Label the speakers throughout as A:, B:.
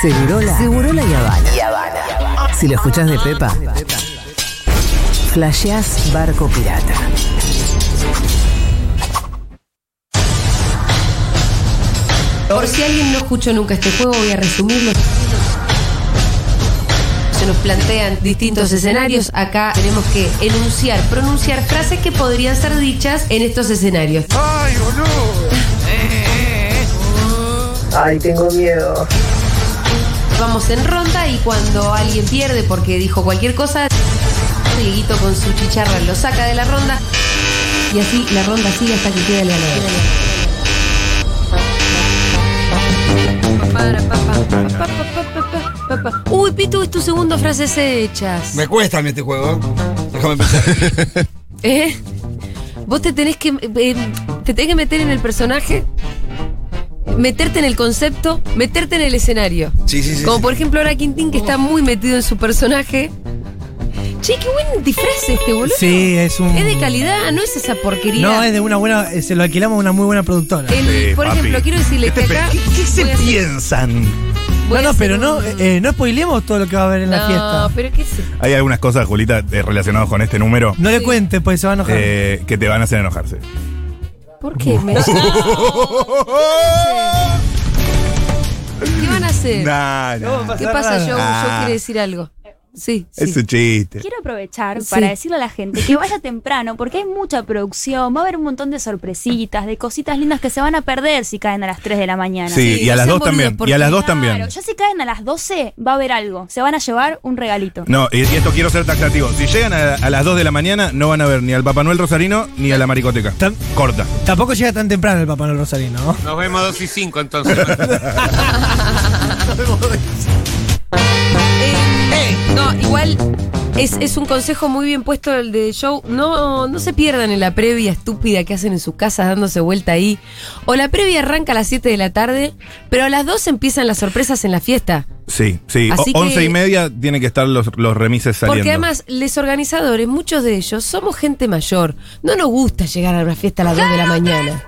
A: Segurola. Segurola y Habana. Si lo escuchás de Pepa, flasheás barco pirata.
B: Por si alguien no escuchó nunca este juego, voy a resumirlo. Se nos plantean distintos escenarios. Acá tenemos que enunciar, pronunciar frases que podrían ser dichas en estos escenarios.
C: ¡Ay, boludo!
D: Ay, tengo miedo.
B: Vamos en ronda y cuando alguien pierde porque dijo cualquier cosa, Dieguito con su chicharra lo saca de la ronda y así la ronda sigue hasta que quede el ganador. Uy, Pitu, es tu segunda frase hechas.
C: Me cuesta a mí este juego. ¿eh? Déjame pensar.
B: ¿Eh? Vos te tenés que eh, te tenés que meter en el personaje, meterte en el concepto, meterte en el escenario.
C: Sí, sí, sí.
B: Como
C: sí.
B: por ejemplo ahora Quintín que está muy metido en su personaje. Che, qué buen disfraz este, boludo.
E: Sí, es un.
B: Es de calidad, no es esa porquería.
E: No, es de una buena. eh, Se lo alquilamos a una muy buena productora.
B: El-
F: Sí,
B: por
F: papi.
B: ejemplo, quiero decirle que
F: ¿Qué te
B: acá.
F: pe- ¿Qué se
B: voy a hacer-
F: piensan?
B: voy
E: No,
B: a
E: no,
B: hacer
E: pero no,
B: un-
E: eh, no spoilemos todo lo que va a haber en la
B: No,
E: fiesta.
B: pero qué sé.
F: Hay algunas cosas, Julita, eh, relacionadas con este número
E: No le
B: Sí.
E: cuentes, pues se va a enojar.
F: eh, que te van a hacer enojarse.
B: ¿Por qué? Me- ¿Qué van a hacer?
F: Nah, nah.
B: ¿Qué pasa, Joe? Yo
F: Ah.
B: quiere decir algo. Sí,
F: Es
B: sí.
F: un chiste.
G: Quiero aprovechar
B: Sí.
G: para decirle a la gente que vaya temprano porque hay mucha producción, va a haber un montón de sorpresitas, de cositas lindas que se van a perder si caen a las 3 de la mañana.
F: Sí,
B: Sí,
F: y a
B: no
F: las
B: sean
F: dos también.
B: boludos,
F: Y a las dos
G: Claro,
F: también.
G: ya si caen a las 12 va a haber algo, se van a llevar un regalito.
F: No, y y esto quiero ser taxativo. Si llegan a, a las 2 de la mañana, no van a ver ni al Papá Noel Rosarino ni a la Maricoteca.
E: Tam-
F: Corta.
E: Tampoco llega tan temprano el Papá Noel Rosarino, ¿no?
H: Nos vemos 2 y 5 entonces.
B: Eh, no, igual es, es un consejo muy bien puesto el de Joe. No, no se pierdan en la previa estúpida que hacen en sus casas dándose vuelta ahí. O la previa arranca a las 7 de la tarde, pero a las 2 empiezan las sorpresas en la fiesta.
F: Sí, sí.
B: Así
F: O- Once
B: que-
F: y media tienen que estar los, los remises saliendo.
B: Porque además, los organizadores, muchos de ellos, somos gente mayor. No nos gusta llegar a una fiesta a las 2 de la mañana.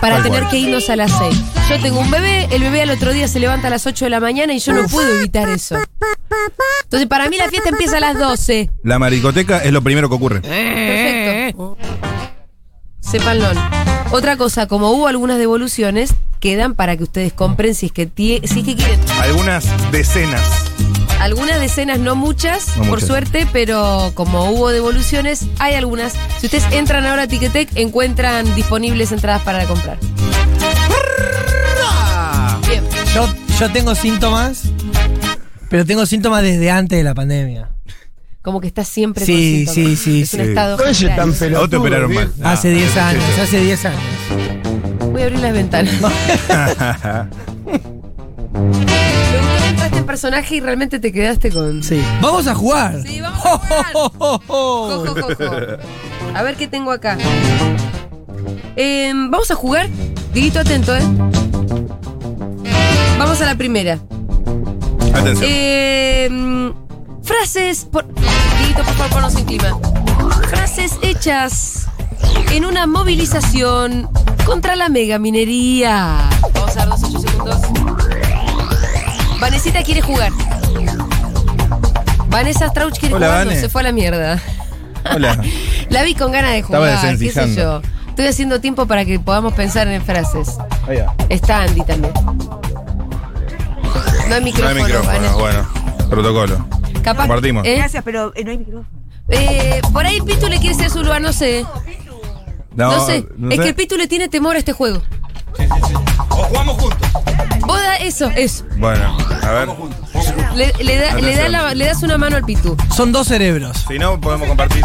B: Para
F: Tal
B: tener
F: cual.
B: que irnos a las 6. Yo tengo un bebé, el bebé al otro día se levanta a las 8 de la mañana y yo no puedo evitar eso. Entonces, para mí la fiesta empieza a las 12.
F: La Maricoteca es lo primero que ocurre.
B: Perfecto. Sepanlo. Otra cosa, como hubo algunas devoluciones, quedan para que ustedes compren si es que, tie- si es que quieren.
F: Algunas decenas.
B: Algunas decenas, no muchas,
F: No
B: por
F: muchas.
B: suerte, pero como hubo devoluciones, hay algunas. Si ustedes entran ahora a Ticketek, encuentran disponibles entradas para comprar. Bien.
E: Yo, yo tengo síntomas, pero tengo síntomas desde antes de la pandemia.
B: Como que está siempre
E: Sí,
B: con
E: sí,
B: síntomas.
E: sí,
B: Es un
F: sí.
B: estado general.
F: A vos te operaron mal.
E: hace 10 años,
F: Ah, sí.
E: hace 10 años.
B: Voy a abrir las ventanas. Me gustó que entraste en personaje y realmente te quedaste con...
E: Sí. Vamos a jugar. Oh,
B: Sí, vamos a jugar.
E: Jo, jo, jo,
B: Jo,
E: jo.
B: jo, jo, jo. A ver qué tengo acá. Em, vamos a jugar. Diguito, atento, ¿eh? Vamos a la primera.
F: Atención.
B: Eh, Em, frases. Por... Dieguito, por favor, ponnos en clima. Frases hechas en una movilización contra la megaminería. Vamos a dar dos, ocho segundos. Vanesita quiere jugar. Vanessa Strauch quiere
F: Hola,
B: jugar. No,
F: Vane.
B: se fue a la mierda.
F: Hola.
B: La vi con ganas de
F: Estaba
B: jugar, qué sé yo.
F: desencijando.
B: Estoy haciendo tiempo para que podamos pensar en frases.
F: Ahí va.
B: Está Andy también. No hay
F: No
B: micrófono.
F: hay micrófono, este
B: Vanessa.
F: bueno. Protocolo.
B: Capaz,
F: Compartimos.
B: ¿eh?
I: Gracias, pero eh, no hay micrófono.
B: Eh, por ahí Pitu le quiere hacer su lugar, no sé. No, sé.
F: no
B: Es que Pitu le tiene temor a este juego.
C: O jugamos juntos.
B: Vos da eso, eso.
F: Bueno, a ver.
B: Le, le da- le da la- le das una mano al Pitu.
E: oh. Son dos cerebros.
F: Si no, podemos compartir.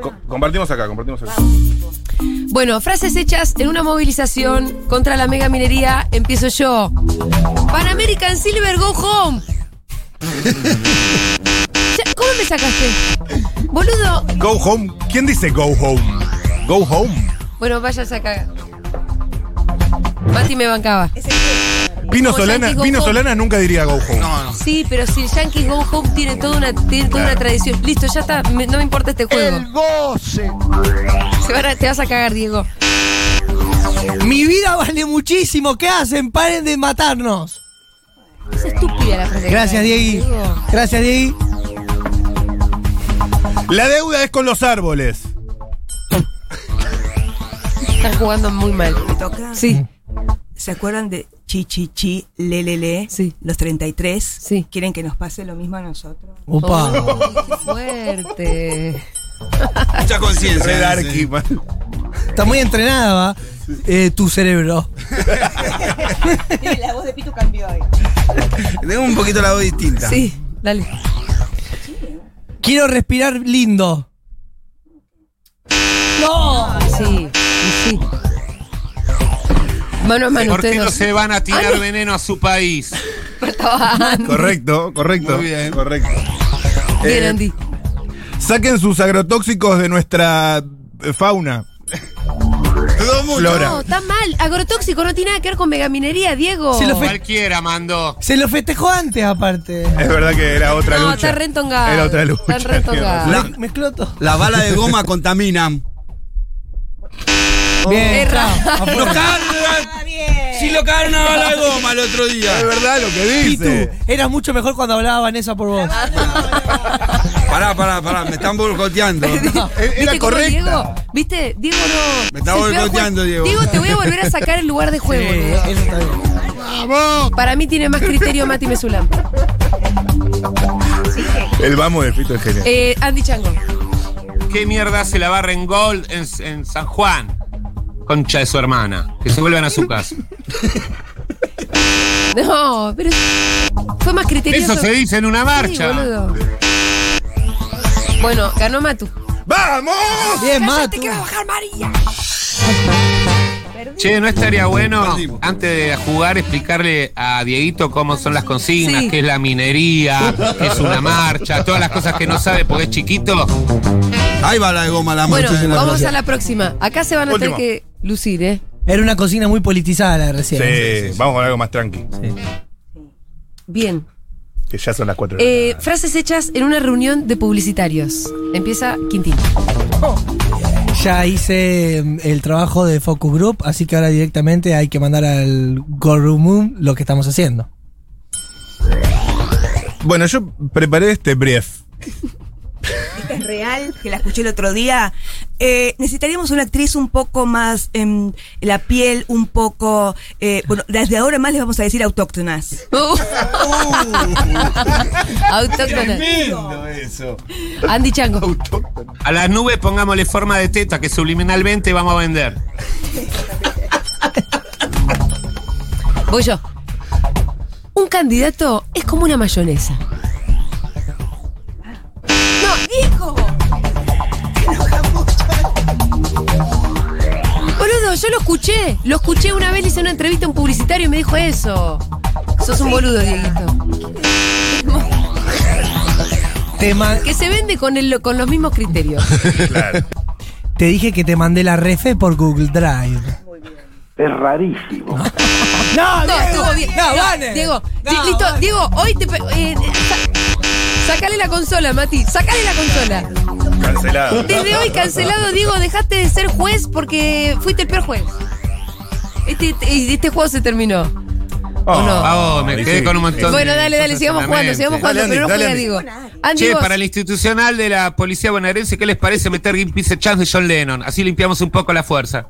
F: Co- compartimos acá, compartimos acá.
B: Bueno, frases hechas en una movilización contra la mega minería. Empiezo yo. Pan American Silver Go Home. Ya, ¿Cómo me sacaste? Boludo.
F: Go home. ¿Quién dice go home? Go home.
B: Bueno, vaya a sacar. Mati me bancaba.
F: Pino
B: Como
F: Solana,
B: Yankee, go
F: Pino
B: home.
F: Solana nunca diría go home.
B: Sí, pero si el Yankees Go Home tiene toda una, tiene toda una tradición. Listo, ya está. me- no me importa este juego.
C: El goce.
B: Se van a- te vas a cagar, Diego.
E: Mi vida vale muchísimo. ¿Qué hacen? Paren de matarnos.
B: Es estúpida la frase. que acabo de
E: Gracias, Diegui.
B: decir, digo.
E: Gracias, Diegui.
F: La deuda es con los árboles.
B: Están jugando muy mal. Sí,
H: ¿Se acuerdan de chi chi chi le le le?
B: Sí.
H: Los 33.
B: Sí.
H: ¿Quieren que nos pase lo mismo a nosotros?
E: Opa.
B: qué fuerte.
C: Mucha conciencia.
F: Red
C: dice.
F: Arqui, man.
E: Está muy entrenada, ¿va? Eh, tu cerebro.
H: la voz de Pitu cambió hoy.
C: Tengo un poquito la voz distinta.
B: Sí, dale.
E: Quiero respirar lindo.
B: ¡No! Sí, y sí. Mano a mano,
I: ¿Por qué
B: ustedes
I: no
B: dos.
I: se van a tirar veneno a su país?
B: Estaban.
F: Correcto, correcto.
I: Muy bien.
F: Correcto.
B: Bien,
F: Eh,
B: Andy.
F: Saquen sus agrotóxicos de nuestra eh, fauna.
C: Todo mucho.
B: No,
F: Flora.
B: está mal. Agrotóxico no tiene nada que ver con megaminería, Diego.
E: Se lo
I: Eh,
E: fe-
I: Cualquiera mandó.
E: Se lo festejó antes, aparte.
F: Es verdad que era otra
B: No,
F: lucha.
B: está rentongado.
F: Era otra lucha.
B: Está rentongado.
C: La-
E: Me- Mezcló todo.
C: Las balas de goma contaminan.
E: Bien.
B: Erra.
E: chao. Afuera.
B: Ah,
C: Si lo cagaron a bala de goma el otro
F: Es
C: día.
F: verdad lo que
E: Pitu,
F: dice.
E: eras mucho mejor cuando hablaba Vanessa por vos.
C: Pará, pará, pará. Me están boicoteando.
B: ¿Viste cómo Diego? ¿Viste? Diego no.
C: Me
B: es
C: está
B: el peor
C: boicoteando,
B: juez.
C: Diego.
B: Diego, te voy a volver a sacar el lugar de
E: Sí,
B: juego. boludo.
E: Eh, eso está bien.
B: Para mí tiene más criterio Mati Mesulam.
F: El vamos de Pito es genial.
B: Eh, Andy Chango.
I: ¿Qué mierda se la barra en Gold en, en San Juan? Concha de su hermana. Que se vuelvan a su casa.
B: No, pero fue más criterioso.
I: Eso se dice en una
B: Sí,
I: marcha.
B: boludo. Bueno, ganó Matu.
F: ¡Vamos!
E: Bien, Matu.
I: Che, ¿no estaría bueno
C: Perdimos.
I: antes de jugar explicarle a Dieguito cómo son las consignas,
B: Sí.
I: qué es la minería, qué es una marcha, todas las cosas que no sabe porque es chiquito?
C: Hay bala de goma la
B: Bueno,
C: marcha de la
B: vamos
C: plaza.
B: a la próxima. Acá se van a
F: Última.
B: tener que lucir, ¿eh?
E: Era una cocina muy politizada la de
F: Sí,
E: recién.
F: vamos con algo más tranqui.
B: Bien.
F: Que ya son las cuatro. de la
B: Eh, frases hechas en una reunión de publicitarios. Empieza Quintín.
E: Ya hice mm, el trabajo de Focus Group, así que ahora directamente hay que mandar al Gorumum lo que estamos haciendo.
F: tarde. Bueno, yo preparé este brief.
H: Esta es real, que la escuché el otro día. Eh, necesitaríamos una actriz un poco más, em, la piel un poco, eh, bueno, desde ahora más les vamos a decir autóctonas.
B: Autóctona.
F: Tremendo eso.
B: Andy Chango.
I: A las nubes pongámosle forma de teta que subliminalmente vamos a vender.
B: Voy yo. Un candidato es como una mayonesa. ¡No, hijo! Boludo, yo lo escuché. Lo escuché una vez, le hice una entrevista a un publicitario y me dijo eso. Sos un boludo, Dieguito.
E: Te, ma-
B: Que se vende con, el, con los mismos criterios.
E: te dije que te mandé la refe por Google Drive. Es rarísimo. no,
B: No,
E: Diego.
B: estuvo bien.
E: No,
B: No,
E: Vane.
B: Diego,
E: No,
B: sí, listo.
E: Vane.
B: Diego, hoy te. pe- eh, eh, sa- sacale la consola, Mati. Sacale la consola.
F: Cancelado.
B: Desde hoy cancelado, Diego, dejaste de ser juez porque fuiste el peor juez. Este, este, este juego se terminó.
F: Oh,
B: ¿O no?
I: Vamos, me quedé con un montón
B: Bueno,
I: de
B: dale, dale,
I: cosas
B: sigamos
I: en la
B: jugando,
I: mente.
B: sigamos jugando,
F: Dale,
B: pero no
F: dale,
B: juega
F: dale.
B: Diego. Andy,
I: Che,
B: vos-
I: para el institucional de la policía bonaerense, ¿qué les parece meter Greenpeace Chance de John Lennon? Así limpiamos un poco la fuerza.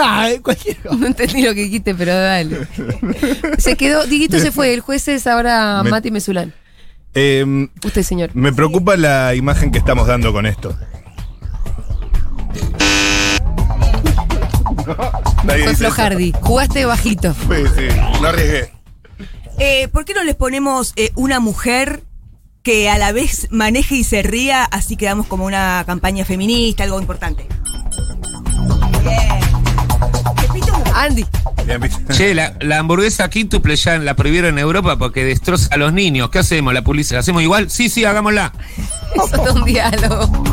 E: Ay, cualquier cosa.
B: no entendí lo que dijiste, pero dale. Se quedó, Dieguito se fue, el juez es ahora
F: Me-
B: Mati Mesulán.
F: Eh,
B: Usted, señor.
F: me preocupa la imagen que estamos dando con esto. Nadie
B: Fue
F: dice
B: Flo
F: eso.
B: Hardy, jugaste bajito.
F: Sí, sí, no arriesgué.
H: Eh, ¿Por qué no les ponemos eh, una mujer que a la vez maneje y se ría, así quedamos como una campaña feminista, algo importante? Bien. Repito,
B: Andy,
F: Bien, Pito.
I: Che, la, la hamburguesa quíntuple ya la prohibieron en Europa porque destroza a los niños. ¿Qué hacemos? ¿La policía? ¿La hacemos igual? Sí, sí, hagámosla.
B: eso es un diálogo.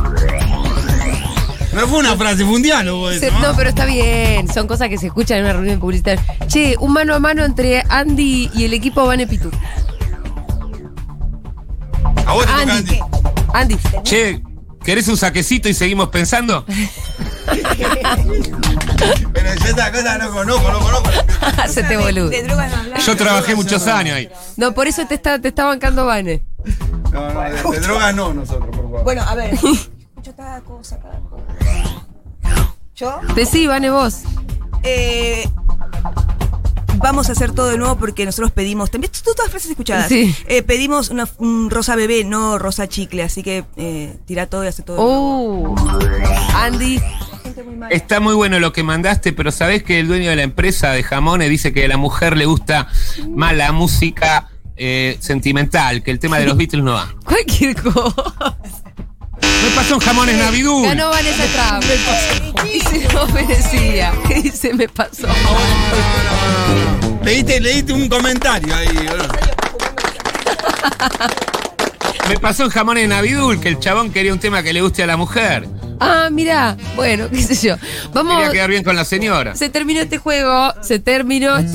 C: No fue una frase, fue un diálogo eso,
B: Se-
C: ¿no?
B: no, pero está bien, son cosas que se escuchan en una reunión publicitaria. Che, un mano a mano entre Andy y el equipo Vane Pitu.
C: A vos te toca,
B: Andy,
C: Andy.
B: Andy.
I: Che, ¿querés un saquecito y seguimos pensando?
C: Pero yo esta cosa no conozco, no conozco.
B: Hacete este boludo.
H: De drogas no hablamos.
I: Yo trabajé muchos años ahí.
B: No, por eso te está, te está bancando Vane.
C: No, no, de, de drogas no nosotros, por favor.
H: Bueno, a ver. Yo cada cosa, cada cosa. Yo.
B: Decí, Vane, vos.
H: Eh, vamos a hacer todo de nuevo porque nosotros pedimos. También tú todas las frases escuchadas.
B: Sí.
H: Eh, pedimos una, un rosa bebé, no rosa chicle. Así que eh, tira todo y hace todo. de nuevo.
B: Uh. Andy.
I: Está muy bueno lo que mandaste, pero sabés que el dueño de la empresa de jamones dice que a la mujer le gusta más la música eh, sentimental, que el tema de los Beatles no va.
B: Cualquier cosa.
I: No pasó en jamones Navidú.
B: Ganó Vanessa Trapp. Y se lo merecía. Y se me pasó.
C: Leíste, leíste un comentario ahí, boludo.
I: Me pasó en jamones Navidul, que el chabón quería un tema que le guste a la mujer.
B: Ah, mirá. Bueno, qué sé yo. Vamos.
I: Quería quedar bien con la señora.
B: Se terminó este juego. Se terminó.